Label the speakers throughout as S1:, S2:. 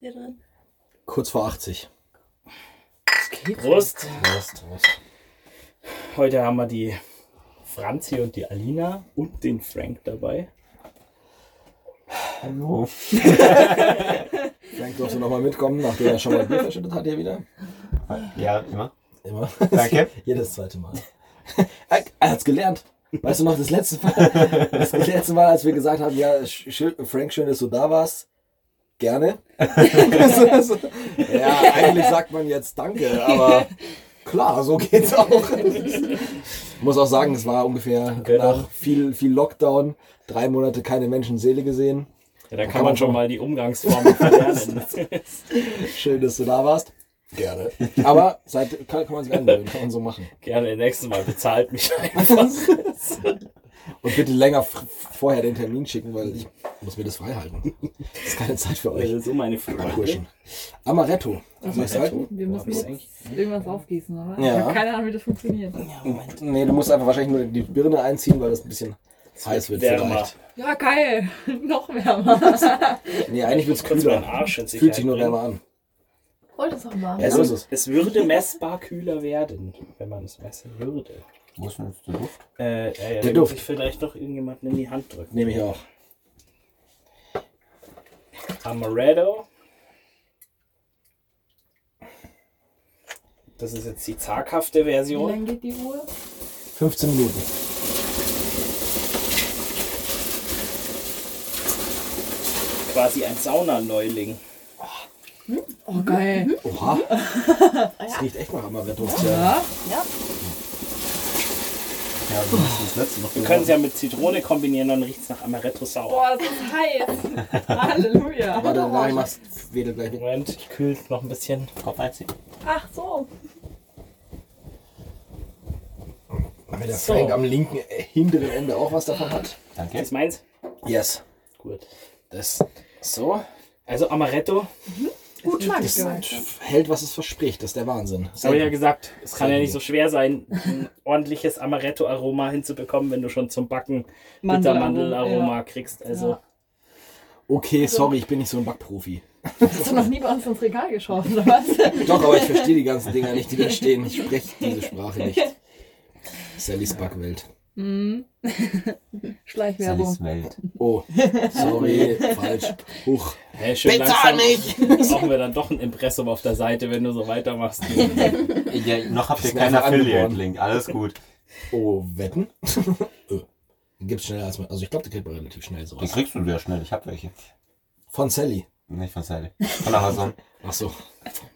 S1: ihr dran?
S2: Kurz vor 80.
S1: Das geht.
S3: Prost!
S2: Prost, Prost.
S3: Heute haben wir die Franzi und die Alina und den Frank dabei.
S2: Hallo. Frank, durfte nochmal mitkommen, nachdem er schon mal Bier verschüttet hat hier wieder.
S4: Ja, immer.
S2: Immer.
S4: Danke.
S2: Jedes zweite Mal. Er er hat's gelernt. Weißt du noch, das letzte Mal, das letzte Mal als wir gesagt haben, ja, sch- schön- Frank, schön, dass du da warst. Gerne. So, so. ja, eigentlich sagt man jetzt Danke, aber klar, so geht's auch. Ich muss auch sagen, es war ungefähr
S3: Genau.
S2: nach viel, viel Lockdown, drei Monate keine Menschenseele gesehen.
S3: Ja, da kann man schon mal die Umgangsformen verlernen.
S2: Schön, dass du da warst. Gerne. Aber seit, kann, kann man sich angewöhnen, kann man so machen.
S3: Gerne nächstes Mal bezahlt mich einfach.
S2: Und bitte länger f- vorher den Termin schicken, weil ich muss mir das Äh, freihalten. Das ist keine Zeit für euch.
S3: so meine
S2: Burschen. Amaretto. Soll ich sagen?
S1: Wir
S3: Wo hab
S1: müssen
S3: ich's
S1: jetzt irgendwas aufgießen, oder?
S2: Ja.
S1: Ich habe keine Ahnung, wie das funktioniert.
S2: Nee, du musst einfach wahrscheinlich nur die Birne einziehen, weil das ein bisschen heiß wird
S3: wärmer.
S2: vielleicht.
S1: Ja, geil. Noch wärmer.
S2: Nee, eigentlich wird es
S3: Kurz meinen
S2: kühler.
S3: Arsch in Sicherheit
S2: Fühlt sich nur
S3: bringen.
S2: wärmer an.
S1: Wollt es auch warm?
S2: Ja, so ist es.
S3: Es würde messbar kühler werden, wenn man es messen würde.
S4: Wo ist denn jetzt der Duft?
S3: Äh, ja,
S2: Der
S3: ja, da muss
S2: Duft.
S3: ich vielleicht doch irgendjemanden in die Hand drücken.
S2: Nehme ich auch.
S3: Amaretto. Das ist jetzt die zaghafte
S1: Wie
S3: Version.
S1: lange geht die Uhr?
S2: 15 Minuten.
S3: Quasi ein Saunaneuling.
S1: Oh, geil.
S2: Oha. Das riecht echt nach Amaretto. Tja.
S1: Ja?
S4: Ja, du hast das letzte noch
S3: Wir können es ja mit Zitrone kombinieren, dann riecht es nach Amaretto sauer.
S1: Boah, das ist heiß. Halleluja.
S2: Warte, nein, mach's wedel gleich weg.
S3: Moment, ich kühle es noch ein bisschen.
S4: Kopf einziehen.
S1: Ach so.
S2: Wenn der
S3: So.
S2: Frank am linken äh, hinteren Ende auch was davon hat.
S4: Danke.
S3: Ist meins?
S2: Yes.
S3: Gut.
S2: Das. So.
S3: Also Amaretto,
S1: Gut, mag ich
S2: Das
S1: heute.
S2: hält, was es verspricht. Das ist der Wahnsinn.
S3: das habe ich ja gesagt, es kann
S2: Sehr
S3: ja
S2: gut.
S3: nicht so schwer sein, ein ordentliches Amaretto-Aroma hinzubekommen, wenn du schon zum Backen Bittermandelaroma kriegst. Also
S1: Ja.
S2: Okay, sorry, ich bin nicht so ein Backprofi.
S1: Hast du noch nie bei uns ins Regal geschaut, oder was?
S2: Doch, aber ich verstehe die ganzen Dinger nicht, die da stehen. Ich spreche diese Sprache nicht. Sallys Backwelt.
S1: Hm. Schleichwerbung.
S4: Sallys Welt.
S2: Oh, sorry, falsch. Huch.
S3: Hey, schön langsam brauchen wir dann doch ein Impressum auf der Seite, wenn du so weitermachst.
S4: Ja, noch habt ihr
S2: Ist mir
S4: keinen
S2: einfach angeboren.
S4: Affiliate-Link. Alles gut.
S2: Oh, wetten? Ö. Gibt's schneller als man. Also, ich glaube, die kriegt man relativ schnell
S4: Die
S2: sowas.
S4: kriegst du sehr schnell. Ich hab welche.
S2: Von Sally.
S4: Nicht von Sally. Von Amazon.
S2: Achso.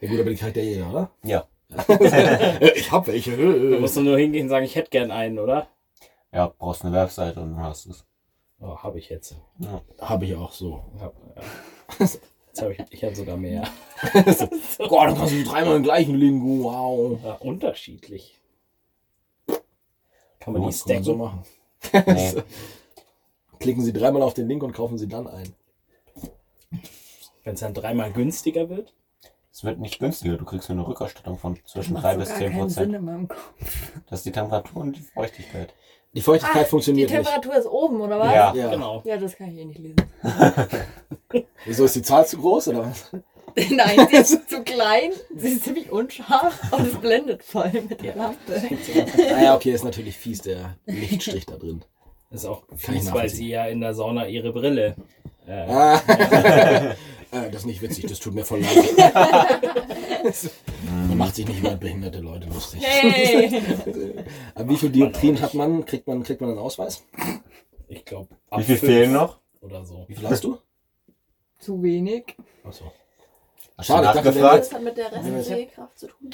S2: Ja, gut, aber die kriegt ja jeder, oder?
S4: Ja.
S2: Äh, Ich hab welche.
S3: Da
S2: Äh,
S3: musst du nur hingehen und sagen, ich hätte gern einen, oder?
S4: Ja, brauchst eine Webseite und du hast es.
S3: Oh, habe ich jetzt.
S4: Ja.
S2: Hab ich auch so.
S3: Hab, ja. Jetzt habe ich, ich habe sogar mehr.
S2: Boah, dann kannst du dreimal den gleichen liegen. Wow.
S3: Ja, unterschiedlich. Kann
S2: Kann
S3: man die
S2: man so
S3: stacken?
S2: machen.
S4: Nee.
S2: Klicken Sie dreimal auf den Link und kaufen Sie dann ein.
S3: Wenn es dann dreimal günstiger wird?
S4: Es wird nicht günstiger. Du kriegst nur eine Rückerstattung von zwischen
S1: Macht
S4: 3
S1: so
S4: bis
S1: gar
S4: 10
S1: keinen Sinn
S4: Prozent.
S1: in meinem Kopf.
S4: Das ist die Temperatur und die Feuchtigkeit.
S2: Die Feuchtigkeit
S1: Ah, Die
S2: funktioniert nicht.
S1: Temperatur ist oben, oder was?
S4: Ja.
S2: Ja.
S3: Genau.
S1: Ja, das kann ich eh nicht lesen.
S2: Wieso ist die Zahl zu groß oder was?
S1: Nein, sie ist zu klein, sie ist ziemlich unscharf und es blendet voll mit der Lampe.
S2: Naja, Ah okay, ist natürlich fies der Lichtstrich da drin.
S3: Ist auch
S2: Kann ich
S3: fies, weil sie ja in der Sauna ihre Brille. Äh,
S2: Ah, äh, das ist nicht witzig, das tut mir voll leid. Man macht sich nicht über behinderte Leute lustig.
S1: Hey!
S2: Aber wie viel Dioptrien hat man? Kriegt man, kriegt man einen Ausweis?
S3: ich glaube,
S4: Wie viel fehlen noch?
S3: Oder so.
S2: Wie viel hast du?
S1: Zu wenig.
S2: Achso.
S4: Hast
S2: Schade,
S4: du
S2: ich dachte,
S4: nachgefragt?
S5: Das hat mit der restlichen Sehkraft zu tun.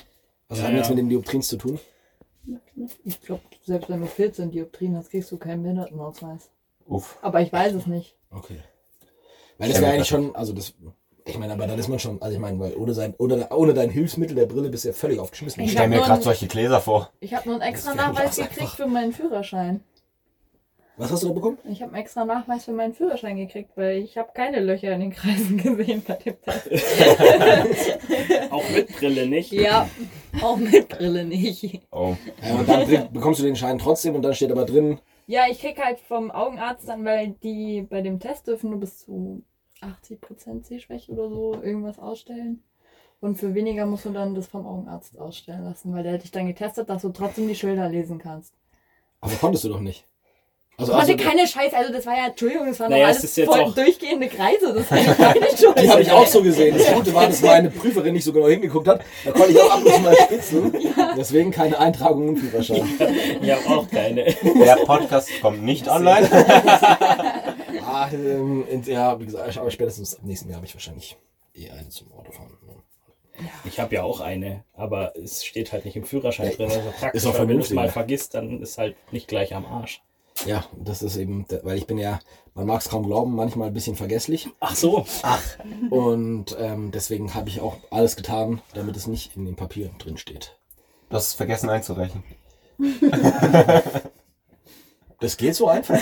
S2: Also
S3: Ja,
S2: haben wir
S3: ja.
S2: jetzt mit dem Dioptrien zu tun?
S1: Ich glaube, selbst wenn du 14 Dioptrien hast, kriegst du keinen Behindertenausweis.
S4: Uff.
S1: Aber ich weiß es nicht.
S2: Okay. Weil das wäre eigentlich schon, also das, ich meine, aber dann ist man schon, also ich meine, weil ohne, sein, ohne, ohne dein Hilfsmittel der Brille bist du ja völlig aufgeschmissen.
S4: Ich
S1: Ich
S4: stell
S1: hab
S4: mir
S1: nur
S4: gerade
S1: ein-
S4: solche Gläser vor.
S1: Ich habe nur einen extra
S2: Das wäre
S1: Nachweis
S2: doch einfach.
S1: gekriegt für meinen Führerschein.
S2: Was hast du da bekommen?
S1: Ich habe einen extra Nachweis für meinen Führerschein gekriegt, weil ich habe keine Löcher in den Kreisen gesehen bei dem Test.
S3: Auch mit Brille nicht?
S1: Ja, auch mit Brille nicht.
S4: Oh.
S2: Ja, und dann krieg, bekommst du den Schein trotzdem und dann steht aber drin,
S1: Ja, ich krieg halt vom Augenarzt dann, weil die bei dem Test dürfen nur bis zu 80% Sehschwäche oder so irgendwas ausstellen. Und für weniger musst du dann das vom Augenarzt ausstellen lassen, weil der hat dich dann getestet, dass du trotzdem die Schilder lesen kannst.
S2: Aber konntest du doch nicht. Also,
S1: Konnte
S2: also
S1: keine Scheiße, also das war ja, Entschuldigung, das waren
S3: Naja,
S1: doch
S3: es
S1: alles
S3: ist jetzt
S1: voll
S3: auch-
S1: durchgehende Kreise, das war ja keine Schuld.
S2: die habe ich auch so gesehen. Das Gute war, dass meine Prüferin nicht so genau hingeguckt hat. Da konnte ich auch ab und zu mal spitzen. Deswegen keine Eintragung im Führerschein.
S3: Ich habe auch keine.
S4: Der Podcast kommt nicht online.
S2: Ah, ähm, ins- ja, wie gesagt, aber spätestens am nächsten Jahr habe ich wahrscheinlich eh einen zum Autofahren.
S3: Ich habe ja auch eine, aber es steht halt nicht im Führerschein
S2: Ja,
S3: drin. Also praktisch,
S2: ist auch
S3: weil wenn du es
S2: vernünftiger.
S3: mal vergisst, dann ist halt nicht gleich am Arsch.
S2: Ja, das ist eben, weil ich bin ja, man mag es kaum glauben, manchmal ein bisschen vergesslich.
S3: Ach so.
S2: Und ähm, deswegen habe ich auch alles getan, damit es nicht in dem Papier drin steht.
S4: Du hast es vergessen einzureichen.
S2: Das geht so einfach.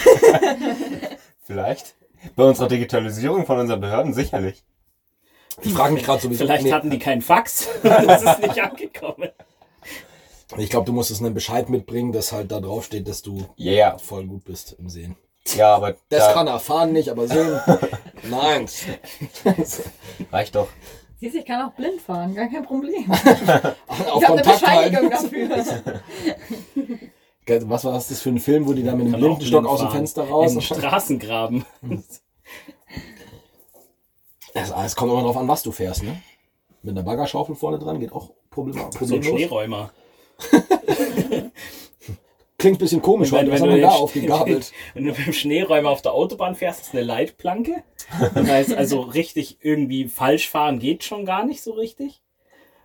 S4: Vielleicht. Bei unserer Digitalisierung von unseren Behörden sicherlich.
S2: Ich frage mich gerade sowieso.
S3: Vielleicht
S2: nee,
S3: hatten die keinen Fax. das ist nicht angekommen.
S2: ich glaube, du musstest einen Bescheid mitbringen, dass halt da drauf steht, dass du
S4: Ja, ja.
S2: voll gut bist im Sehen.
S4: Ja, aber
S2: Das
S4: da
S2: kann er fahren nicht, aber sehen. Nein.
S4: reicht doch.
S1: Siehst du, ich kann auch blind fahren, gar kein Problem.
S2: Auf
S1: Ich habe eine
S2: Kontakt
S1: Bescheinigung
S2: halten.
S1: dafür.
S2: Was war das für ein Film, wo die da mit dem
S3: Kann man auch
S2: Blindenstock aus dem
S3: fahren.
S2: Fenster
S3: In den
S2: raus?
S3: Straßengraben.
S2: Es, es kommt immer drauf an, was du fährst, ne? Mit einer Baggerschaufel vorne dran geht auch problem-
S3: So ein
S2: problemlos.
S3: Schneeräumer.
S2: Klingt ein bisschen komisch, weil was haben wir
S3: den
S2: da
S3: Sch-
S2: aufgegabelt?
S3: wenn du mit dem Schneeräumer auf der Autobahn fährst, ist eine Leitplanke. Das heißt also richtig irgendwie falsch fahren geht schon gar nicht so richtig.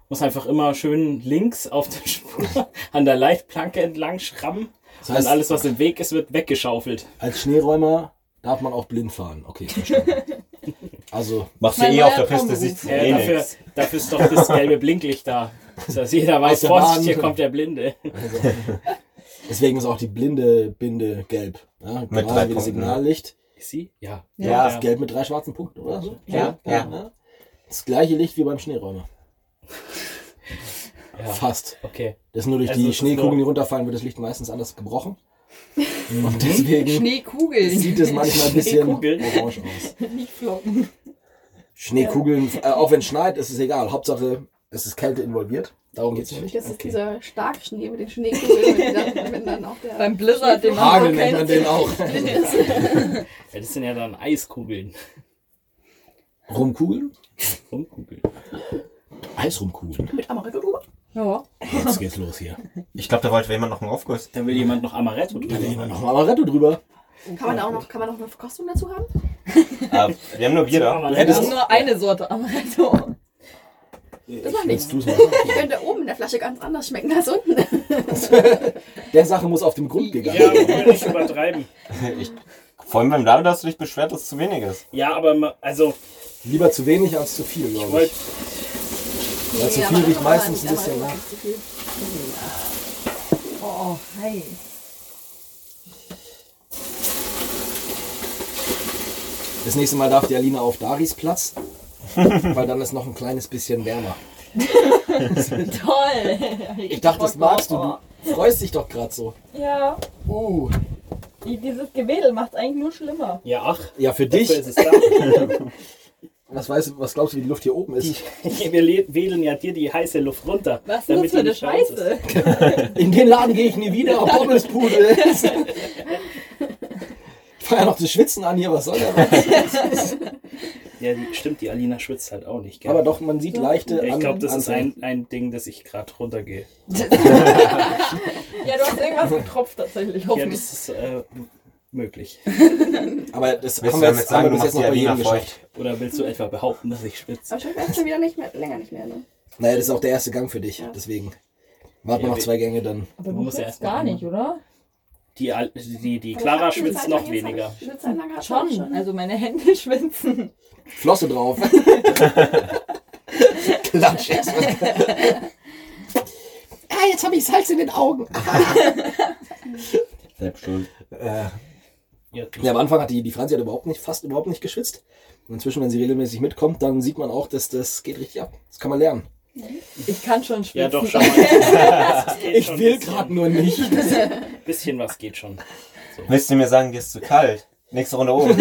S3: Muss einfach immer schön links auf der Spur an der Leitplanke entlang schrammen.
S2: Das
S3: Und
S2: heißt,
S3: alles, was im Weg ist, wird weggeschaufelt.
S2: als Schneeräumer darf man auch blind fahren. Okay, verstanden. Also,
S4: Machst du
S1: Mein
S4: eh auf der
S1: neuer
S4: Piste,
S1: Traumberuf.
S4: siehst du
S3: Ja,
S4: eh
S3: dafür,
S4: nichts.
S3: dafür ist doch das gelbe Blinklicht da. Dass jeder
S2: Aus
S3: weiß,
S2: der
S3: Vorsicht,
S2: Bahn.
S3: hier kommt der Blinde.
S2: deswegen ist auch die blinde Binde gelb. Ja, Mit wie
S4: drei Punkten, ne?
S2: das Signallicht.
S3: Sie? Ja.
S4: Ja,
S2: Ist gelb mit drei schwarzen Punkten, oder so?
S4: Ja, ja.
S2: ne? Das gleiche Licht wie beim Schneeräumer. Fast.
S3: Okay.
S2: Das ist nur durch
S3: Also,
S2: die
S3: es ist
S2: Schneekugeln,
S3: nur-
S2: die runterfallen, wird das Licht meistens anders gebrochen. Und deswegen
S1: Schneekugeln,
S2: sieht es manchmal ein bisschen
S3: Schneekugeln.
S2: orange aus.
S1: nicht Flocken.
S2: Schneekugeln, äh, auch wenn es schneit, ist es egal. Hauptsache, es ist Kälte involviert. Darum geht es nicht.
S5: Das ist dieser Starkschnee mit den Schneekugeln, wenn, die dann- wenn dann auch der
S1: Beim Blizzard, den man
S2: Hagel
S1: so
S2: nennt
S1: kennt.
S2: man den auch.
S5: Blind ist.
S3: Ja, das sind ja dann Eiskugeln.
S2: Rumkugeln?
S3: Rumkugeln.
S2: Eisrumkugeln.
S5: Mit Amaretto drüber.
S1: Ja.
S2: Jetzt geht's los hier.
S4: Ich glaube, da wollte jemand noch einen Aufguss.
S3: Da will jemand noch Amaretto
S2: Da will jemand
S3: drüber.
S2: noch mal Amaretto drüber.
S5: Kann man da auch noch, kann man noch eine Verkostung dazu haben?
S4: Ah, wir haben nur Bier da. Du
S1: Wir haben
S4: hättest,
S1: nur eine Sorte Amaretto.
S5: Das macht
S2: Willst
S5: nichts.
S2: du's machen?
S5: Die könnte oben in der Flasche ganz anders schmecken als unten.
S2: Der Sache muss auf den Grund gegangen
S3: Ja, wollen wir nicht übertreiben.
S4: ich, vor allem beim David hast du dich beschwert, dass es zu wenig ist.
S3: Ja, aber ma- also,
S2: Lieber zu wenig als zu viel,
S3: ich
S2: glaube ich.
S3: wollte.
S2: Weil zu viel riecht meistens ein bisschen ne? nach.
S1: Oh, hi.
S2: Das nächste Mal darf die Alina auf Daris Platz, weil dann ist noch ein kleines bisschen wärmer.
S1: Toll.
S2: Ich dachte, das magst du. Du freust dich doch gerade so.
S1: Ja,
S3: Oh.
S2: Uh,
S1: die- dieses Gewedel macht eigentlich nur schlimmer.
S3: Ja, ach.
S2: ja, für
S3: Dafür
S2: dich.
S3: ist es da.
S2: Was, weißt, du- was glaubst du, wie die Luft hier oben ist?
S3: Wir le- wedeln ja dir die heiße Luft runter.
S1: Was ist das für
S3: die
S1: eine
S3: nicht bei uns ist.
S1: Scheiße?
S2: In den Laden gehe ich nie wieder, auf Pommespudel. Ich fange ja noch zu schwitzen an hier, was soll das?
S3: Ja, die, stimmt, die Alina schwitzt halt auch nicht, gell?
S2: Aber doch, man sieht leichte
S3: Ja, ich
S2: An-
S3: glaube, das ist
S2: Anzeichen.
S3: ein, ein Ding, das ich gerade runtergehe.
S1: Ja, du hast irgendwas getropft tatsächlich auf
S3: Ja,
S1: mich.
S3: das ist äh, m- möglich.
S2: Aber das
S4: Willst
S2: haben
S4: du
S2: wir
S4: damit
S2: jetzt, haben
S4: sagen,
S2: wir
S4: du
S2: bis jetzt
S4: machst
S2: noch
S4: die
S2: bei
S4: Alina
S2: jedem geschafft.
S4: feucht?
S3: Oder willst du etwa behaupten, dass ich schwitze?
S5: Aber schon merkst du wieder nicht mehr, länger nicht mehr. Ne?
S2: Naja, das ist auch der erste Gang für dich, deswegen. Warten wir
S3: Ja,
S2: noch
S3: wir-
S2: zwei Gänge dann.
S1: Aber
S3: Man
S1: du
S3: muss ja
S1: schwitzt
S3: erst mal
S1: gar nicht, oder?
S3: Die, Al- die, die Clara schwitzt noch weniger.
S1: Schon, also meine Hände schwitzen.
S2: Flosse drauf. Klatsch. ah, jetzt habe ich Salz in den Augen.
S4: Selbst schuld.
S2: Äh,
S3: Ja,
S2: ja, am Anfang hat die, die Franzi hat überhaupt nicht, fast überhaupt nicht geschwitzt. Und inzwischen, wenn sie regelmäßig mitkommt, dann sieht man auch, dass das geht richtig ab. Das kann man lernen.
S1: Ich kann schon schwitzen.
S3: ja doch, schau mal. Das geht
S2: Ich
S3: schon
S2: will
S3: ein bisschen.
S2: gerade nur nicht.
S3: Bisschen was geht schon.
S4: Willst du mir sagen, dir ist zu kalt? Nächste Runde oben.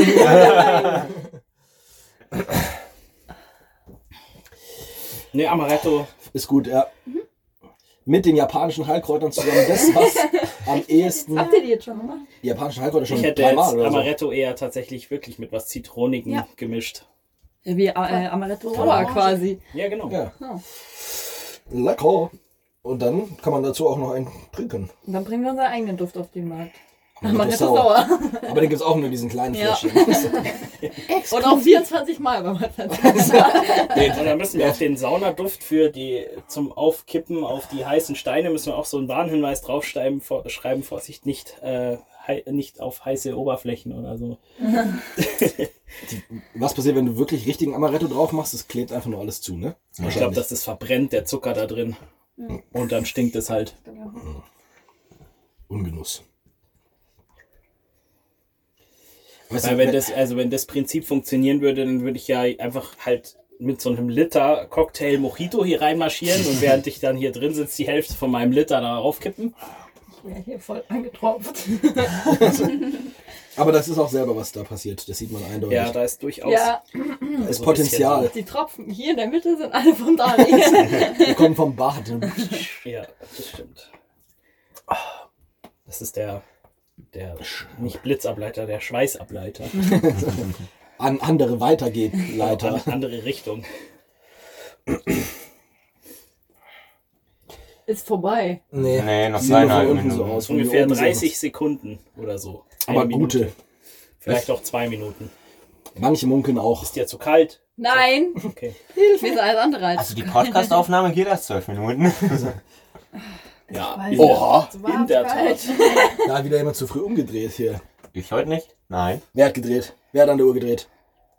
S3: Ne, Amaretto.
S2: Ist gut, ja. Mit den japanischen Heilkräutern zusammen das, was am ehesten.
S1: Habt ihr die jetzt schon gemacht?
S2: Die japanischen Heilkräuter schon
S3: Ich hätte jetzt
S2: dreimal oder so.
S3: Amaretto eher tatsächlich wirklich mit was Zitronigen
S5: Ja.
S3: gemischt.
S1: Ja, Wie äh, Amaretto Sauer
S5: Orange.
S1: quasi.
S3: Ja, genau.
S2: Ja.
S1: Ja.
S2: Lecker. Und dann kann man dazu auch noch einen trinken.
S1: Und dann bringen wir unseren eigenen Duft auf den Markt.
S2: Amaretto
S1: Amaretto
S2: sauer.
S1: sauer.
S2: Aber den gibt's auch nur in diesen kleinen
S1: Ja.
S2: Fläschchen.
S1: Und auch 24 Mal beim Mathe.
S3: Und dann Also müssen wir auf den Saunaduft für die zum Aufkippen auf die heißen Steine müssen wir auch so einen Warnhinweis draufschreiben, vor, schreiben, Vorsicht, nicht, äh, hei- nicht auf heiße Oberflächen oder so.
S2: Was passiert, wenn du wirklich richtigen Amaretto drauf machst? Es klebt einfach nur alles zu, ne?
S3: Ich glaube, dass das verbrennt, der Zucker da drin. Und dann stinkt es halt.
S2: Ungenuss. Weißt äh,
S3: Weil wenn das, also wenn das Prinzip funktionieren würde, dann würde ich ja einfach halt mit so einem Liter Cocktail Mojito hier reinmarschieren und während ich dann hier drin sitze, die Hälfte von meinem Liter da raufkippen.
S1: Ja, hier voll angetropft.
S2: aber das ist auch selber, was da passiert. Das sieht man eindeutig.
S3: Ja, da ist durchaus.
S1: Ja,
S2: da ist
S3: so ein
S2: Potenzial.
S1: die Tropfen hier in der Mitte sind alle von Dani.
S2: Wir kommen vom Bad.
S3: Ja, das stimmt. Das ist der, der nicht Blitzableiter, der Schweißableiter.
S2: An andere weitergeben, Leiter.
S3: An- Andere Richtung.
S1: Ist vorbei.
S4: Nee, noch
S2: Die sehen nur von
S4: zweieinhalb
S2: unten
S4: Minuten.
S2: So aus, von
S3: Ungefähr
S2: oben sehen wir
S3: 30 Sekunden oder so.
S2: es. Aber
S3: Eine Minute.
S2: gute.
S3: Vielleicht auch zwei Minuten.
S2: Manche munkeln auch.
S3: Ist dir zu kalt?
S1: Nein,
S3: Okay.
S1: wir sind alles andere als.
S4: Also die Podcast-Aufnahme geht erst zwölf Minuten.
S3: Ja,
S5: weiß
S3: in der,
S2: Oha,
S3: in der Tat.
S2: da hat wieder jemand zu früh umgedreht hier.
S4: Ich heute nicht? Nein.
S2: Wer hat gedreht? Wer hat an der Uhr gedreht?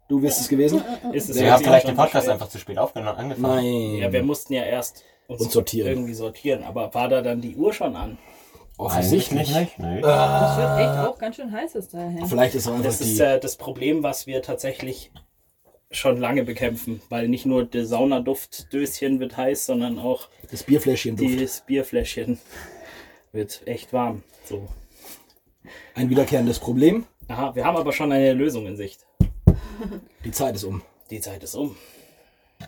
S2: Du bist es gewesen?
S3: Ist es
S4: Sie
S3: jetzt
S4: haben vielleicht
S3: schon
S4: den Podcast
S3: verstellt?
S4: einfach zu spät aufgenommen angefangen.
S2: Nein.
S3: Ja, wir mussten ja erst uns
S2: Und sortieren.
S3: irgendwie sortieren, aber war da dann die Uhr schon an?
S2: Offensichtlich.
S4: nicht. Nee.
S1: Das wird echt auch ganz schön heiß ist daher.
S2: Vielleicht ist es einfach
S3: Das
S2: Also die.
S3: ist äh, das Problem, was wir tatsächlich schon lange bekämpfen, weil nicht nur der Saunaduftdöschen wird heiß, sondern auch
S2: das Bierfläschchen Duft.
S3: dieses Bierfläschchen wird echt warm. So.
S2: Ein wiederkehrendes Problem.
S3: Aha, wir haben aber schon eine Lösung in Sicht.
S2: Die Zeit ist um.
S3: Die Zeit ist um.